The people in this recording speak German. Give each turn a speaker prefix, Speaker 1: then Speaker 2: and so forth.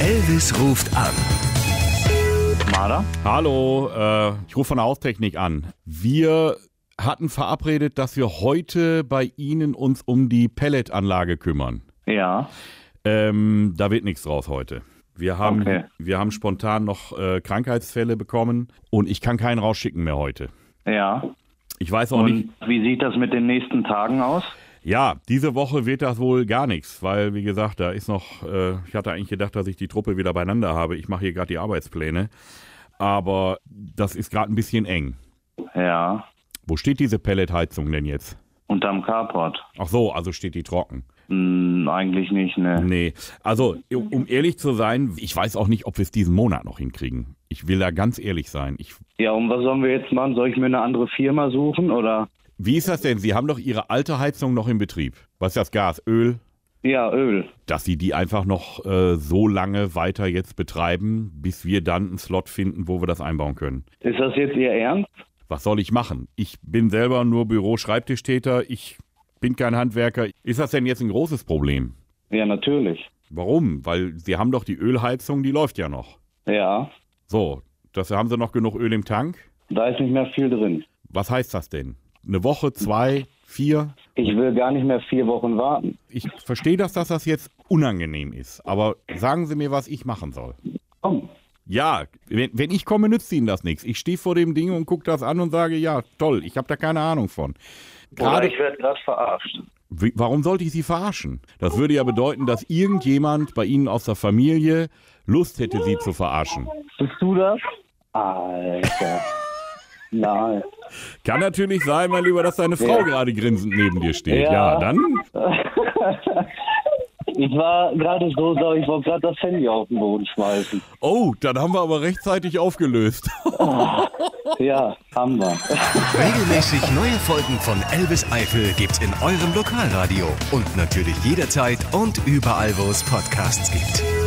Speaker 1: Elvis ruft an.
Speaker 2: Marder?
Speaker 3: Hallo, äh, ich rufe von der Haustechnik an. Wir hatten verabredet, dass wir heute bei Ihnen uns um die Pelletanlage kümmern.
Speaker 2: Ja.
Speaker 3: Ähm, da wird nichts draus heute. Wir haben,
Speaker 2: Okay.
Speaker 3: wir haben spontan noch äh, Krankheitsfälle bekommen und ich kann keinen rausschicken mehr heute.
Speaker 2: Ja.
Speaker 3: Ich weiß auch nicht.
Speaker 2: Und wie sieht das mit den nächsten Tagen aus?
Speaker 3: Ja, diese Woche wird das wohl gar nichts, weil, wie gesagt, da ist noch, äh, ich hatte eigentlich gedacht, dass ich die Truppe wieder beieinander habe. Ich mache hier gerade die Arbeitspläne. Aber das ist gerade ein bisschen eng.
Speaker 2: Ja.
Speaker 3: Wo steht diese Pelletheizung denn jetzt?
Speaker 2: Unterm Carport?
Speaker 3: Ach so, also steht die trocken.
Speaker 2: Hm, eigentlich nicht, ne.
Speaker 3: Nee, also um ehrlich zu sein, ich weiß auch nicht, ob wir es diesen Monat noch hinkriegen. Ich will da ganz ehrlich sein. Ich,
Speaker 2: Ja, und was sollen wir jetzt machen? Soll ich mir eine andere Firma suchen oder?
Speaker 3: wie ist das denn? Sie haben doch Ihre alte Heizung noch in Betrieb. Was ist das Gas, Öl?
Speaker 2: Ja, Öl.
Speaker 3: Dass Sie die einfach noch äh, so lange weiter jetzt betreiben, bis wir dann einen Slot finden, wo wir das einbauen können.
Speaker 2: Ist das jetzt Ihr Ernst?
Speaker 3: Was soll ich machen? Ich bin selber nur Büro-Schreibtischtäter. Ich bin kein Handwerker. Ist das denn jetzt ein großes Problem?
Speaker 2: Ja, natürlich.
Speaker 3: Warum? Weil Sie haben doch die Ölheizung, die läuft ja noch.
Speaker 2: Ja.
Speaker 3: So, das haben sie noch genug Öl im Tank.
Speaker 2: Da ist nicht mehr viel drin.
Speaker 3: Was heißt das denn? Eine Woche, zwei, vier?
Speaker 2: Ich will gar nicht mehr vier Wochen warten.
Speaker 3: Ich verstehe das, dass das jetzt unangenehm ist, aber sagen Sie mir, was ich machen soll.
Speaker 2: Komm.
Speaker 3: Ja, wenn, wenn ich komme, nützt Ihnen das nichts. Ich stehe vor dem Ding und gucke das an und sage, ja, toll, ich habe da keine Ahnung von.
Speaker 2: Oder
Speaker 3: Gerade,
Speaker 2: ich werde gerade verarscht.
Speaker 3: Wie- warum sollte ich Sie verarschen? Das würde ja bedeuten, dass irgendjemand bei Ihnen aus der Familie Lust hätte, Sie zu verarschen.
Speaker 2: Bist du das? Alter. Nein.
Speaker 3: Kann natürlich sein, mein Lieber, dass deine Frau
Speaker 2: Ja.
Speaker 3: gerade grinsend neben dir steht.
Speaker 2: Ja.
Speaker 3: ja dann
Speaker 2: Ich war gerade so sauer, ich wollte gerade das Handy auf den Boden schmeißen.
Speaker 3: Oh, dann haben wir aber rechtzeitig aufgelöst.
Speaker 2: Ja, haben wir.
Speaker 1: Regelmäßig neue Folgen von Elvis Eifel gibt's in eurem Lokalradio und natürlich jederzeit und überall, wo es Podcasts gibt.